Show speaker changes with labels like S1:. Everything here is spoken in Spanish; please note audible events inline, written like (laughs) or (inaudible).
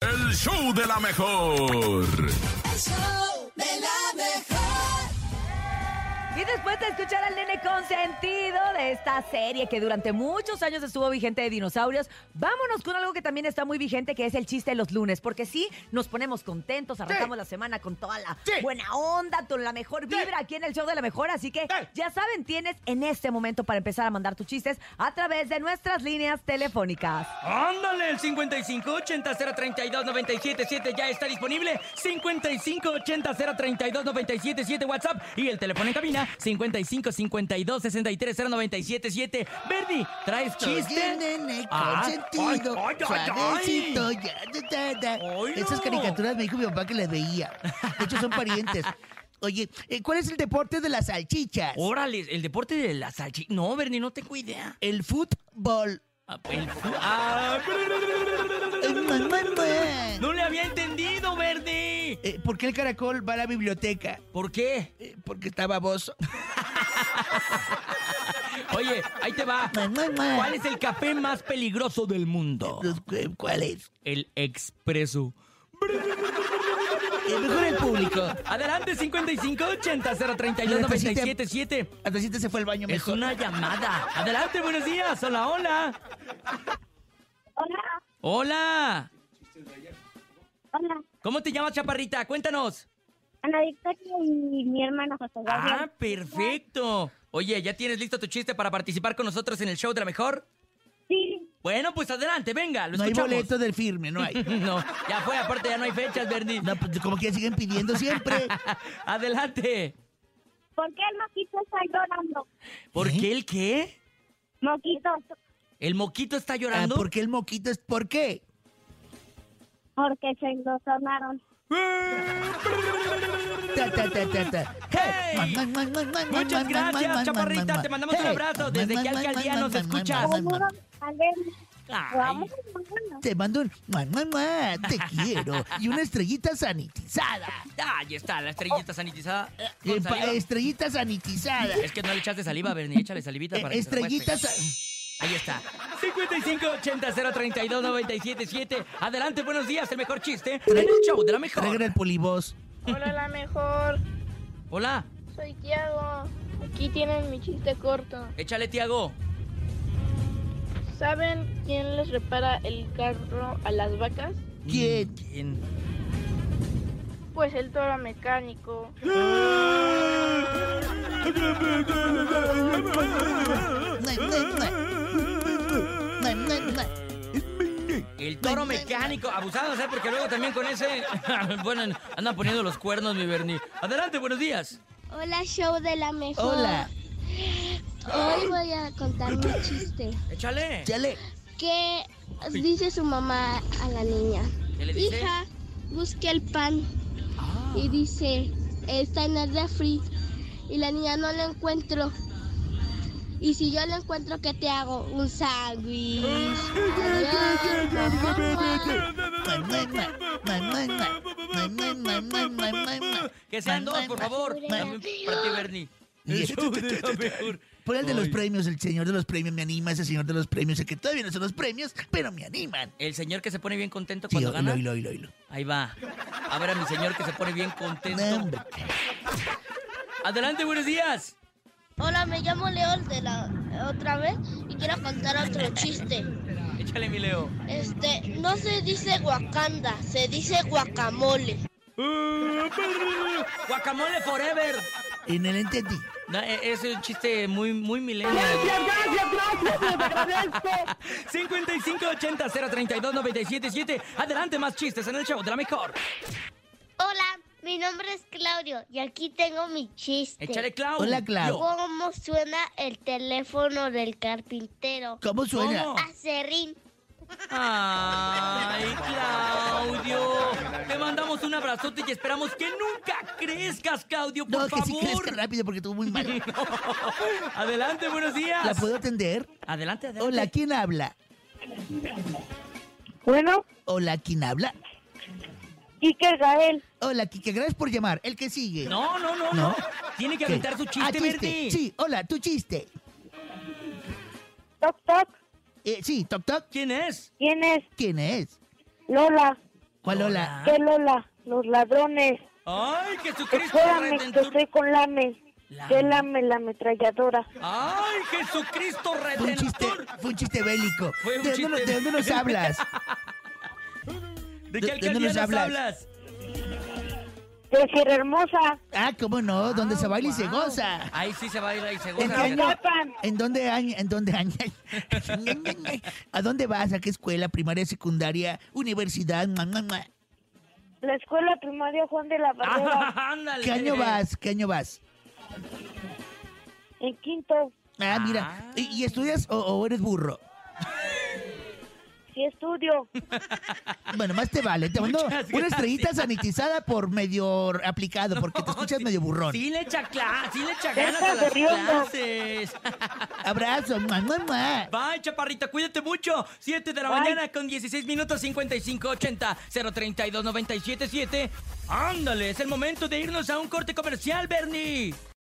S1: El show de la mejor.
S2: El show de la mejor.
S3: Y después de escuchar al nene consentido de esta serie que durante muchos años estuvo vigente de dinosaurios, vámonos con algo que también está muy vigente, que es el chiste de los lunes, porque sí, nos ponemos contentos, arrancamos la semana con toda la
S4: Sí.
S3: buena onda, con la mejor vibra aquí en el show de la mejor, así que
S4: Sí.
S3: ya saben, tienes en este momento para empezar a mandar tus chistes a través de nuestras líneas telefónicas.
S5: Ándale, el 5580-032-977 ya está disponible. 5580-032-977 WhatsApp y el teléfono en cabina 5552-630977. Verdi, ¿traes
S6: Oye,
S5: chiste?
S6: nene,
S5: Ah,
S6: consentido,
S5: ay, ay, ay,
S6: suavecito, ya, da, da, da.
S5: Ay, no.
S6: Esas caricaturas me dijo mi papá que las veía. De hecho, son
S5: (laughs)
S6: parientes. Oye, eh, ¿cuál es el deporte de las salchichas?
S5: Órale, el deporte de la salchicha. No, Verdi, no tengo idea.
S6: El fútbol.
S5: Ah, el- ah,
S6: Eh, ma, ma, ma.
S5: no le había entendido, Verdi.
S6: Eh, ¿Por qué el caracol va a la biblioteca?
S5: ¿Por qué?
S6: Eh, porque está baboso.
S5: Oye, ahí te
S6: (laughs)
S5: va.
S6: Ma, ma, ma.
S5: ¿Cuál es el café más peligroso del mundo?
S6: Los- eh, ¿Cuál es?
S5: El expreso.
S6: Eh, mejor el público.
S5: Adelante, 5580-032-977.
S6: Hasta si te se fue al baño
S5: Es
S6: mejor.
S5: una llamada. Adelante, buenos días. Hola, hola.
S7: Hola,
S5: Hola.
S7: hola.
S5: ¿Cómo te llamas, chaparrita? Cuéntanos.
S7: Ana Victoria y mi hermano José Gabriel.
S5: Ah, perfecto. Oye, ¿ya tienes listo tu chiste para participar con nosotros en el show de la mejor?
S7: Sí,
S5: Bueno, pues adelante, venga, lo
S6: No hay
S5: escuchamos.
S6: boleto del firme, no hay.
S5: (laughs) no, ya fue, aparte ya no hay fechas, Bernie.
S6: No, pues, como que ya siguen pidiendo siempre.
S5: (laughs) adelante.
S7: ¿por qué el moquito está llorando?
S6: ¿Eh?
S5: ¿Por qué el qué?
S7: Moquito,
S5: ¿El moquito está
S6: Ah,
S5: llorando?
S6: ¿Por qué el moquito es? ¿Por qué?
S7: porque se lo sonaron.
S6: Ta, ta, ta, ta, ta.
S5: ¡Hey!
S6: Man, man, man, man, man,
S5: Muchas
S6: man, man, man,
S5: gracias,
S6: man, man,
S5: chaparrita.
S6: man.
S5: Te mandamos un
S6: Hey.
S5: abrazo. Desde
S6: Man,
S5: qué
S6: man,
S5: algún día
S6: man,
S5: nos
S6: man, man,
S5: escuchas.
S6: man, man,
S7: Seguro,
S6: man.
S7: tal vez.
S5: Ay,
S7: Vamos, hermano.
S6: Te mando un man, man, man, te quiero y una estrellita sanitizada.
S5: ahí está, la estrellita sanitizada. Con
S6: Eh, pa-
S5: saliva.
S6: estrellita sanitizada.
S5: Es que no le echaste saliva, Bernie. Échale salivita
S6: Eh,
S5: para que se
S6: estrellita
S5: recueste.
S6: sa-
S5: Ahí está. 5580-032-977. Adelante, buenos días. El mejor chiste en el show de la
S6: Traigan
S5: mejor.
S6: el polibos.
S8: Hola, la mejor.
S5: Hola,
S8: Soy Tiago. Aquí tienen mi chiste corto.
S5: échale, Tiago.
S8: ¿Saben quién les repara el carro a las vacas?
S6: ¿Quién?
S5: ¿Quién?
S8: Pues el toro mecánico.
S5: Mm. El toro mecánico. Abusados, ¿eh? Porque luego también con ese. (laughs) bueno, andan poniendo los cuernos, mi Bernie. Adelante, buenos días.
S9: Hola, show de la mejor.
S6: Hola,
S9: Hoy voy a contar un chiste.
S5: Échale.
S6: chale.
S9: ¿Qué dice su mamá a la niña?
S5: ¿Qué le dice? Ah.
S9: Hija, busque el pan. Y dice, está en el refri. Y la niña no lo encuentro. Y si yo lo encuentro, ¿qué te hago? Un sándwich. Adiós, mamá.
S5: Que sean dos, por favor.
S9: Basura.
S5: También Para ti, Bernie.
S6: Y- Por el de los
S5: Ay.
S6: premios, el señor de los premios me anima, ese señor de los premios, el que todavía no son los premios, pero me animan.
S5: El señor que se pone bien contento
S6: Sí,
S5: cuando
S6: oílo,
S5: gana.
S6: oílo, oílo, oílo.
S5: Ahí va. A ver a mi señor que se pone bien
S6: No,
S5: contento.
S6: hombre.
S5: Adelante, buenos días.
S9: Hola, me llamo León de la otra vez y quiero contar otro chiste.
S5: Échale mi Leo.
S9: Este, no se dice guacanda, se dice guacamole.
S5: Guacamole forever.
S6: Y no lo entendí.
S5: No, e- es un chiste muy, muy milenial. Gracias, gracias, gracias, 5580-032-977. Adelante, más chistes en el show de la mejor.
S9: Hola, mi nombre es Claudio y aquí tengo mi chiste.
S5: Échale, Clau.
S6: Hola, Clau.
S9: ¿Cómo suena el teléfono del carpintero?
S6: ¿Cómo suena?
S5: ¿Cómo?
S9: Acerrín.
S5: Ay, Claudio. Te mandamos un abrazote y esperamos que nunca crezcas, Claudio, por
S6: No, que
S5: favor.
S6: sí crezca rápido porque estuvo
S5: (laughs)
S6: muy mal.
S5: Adelante, buenos días.
S6: ¿La puedo atender?
S5: Adelante, adelante.
S6: Hola, ¿quién habla?
S7: Bueno,
S6: Hola, ¿quién habla?
S7: Iker Gael.
S6: Hola, Kike, gracias por llamar. El que sigue.
S5: No, no, no, no.
S6: ¿No?
S5: Tiene que
S6: ¿Qué?
S5: aventar su
S6: Ah,
S5: chiste, Verdi.
S6: Sí, hola, tu chiste.
S7: Toc, toc.
S6: Eh, sí, toc toc.
S5: ¿Quién es?
S7: ¿Quién es?
S6: ¿Quién es?
S7: Lola.
S6: ¿Cuál
S5: Ah.
S6: Lola?
S7: ¿Qué Lola? Los ladrones.
S5: ¡Ay, Jesucristo!
S7: Espérame, que
S5: Redentor!
S7: estoy con Lame.
S5: Lame.
S7: ¿Qué Lame? La ametralladora.
S5: ¡Ay, Jesucristo
S6: Fue un chiste,
S5: Redentor!
S6: fue un chiste bélico.
S5: Fue un
S6: ¿De, dónde,
S5: chiste
S6: de dónde nos hablas?
S5: ¿De
S6: ¿De-
S5: qué
S6: de dónde
S5: alcaldía
S6: nos
S5: nos
S6: hablas?
S5: hablas?
S7: De Sierra Hermosa.
S6: Ah, ¿cómo no? ¿Dónde se baila y se
S3: wow.
S6: goza?
S5: Ahí sí se va a ir, ahí se
S6: ¿En qué
S5: goza.
S6: año?
S7: Zacapan.
S6: ¿En dónde año? ¿En dónde año? (laughs) ¿A dónde vas? ¿A qué escuela? ¿Primaria, secundaria, universidad? Mua, mua, mua.
S7: La escuela primaria Juan de la Barrera.
S5: Ah, ándale. (laughs)
S6: ¿Qué año vas? ¿Qué año vas?
S7: En quinto.
S6: Ah, mira. ¿Y, y estudias o, o eres burro?
S7: Sí estudio.
S6: Bueno, más te vale. Te mando
S5: Muchas
S6: una
S5: gracias.
S6: estrellita sanitizada por medio aplicado,
S5: (laughs)
S6: porque te escuchas medio burrón.
S5: Sí le echa cla- sí le echa ganas a
S7: Deja de
S5: las
S7: riendo.
S5: clases. (laughs)
S6: Abrazo. mua, mua, mua.
S5: Bye, chaparrita, cuídate mucho. 7 de la
S7: Bye.
S5: mañana con 16 minutos 55 80 032 97 7. Ándale, es el momento de irnos a un corte comercial, Bernie.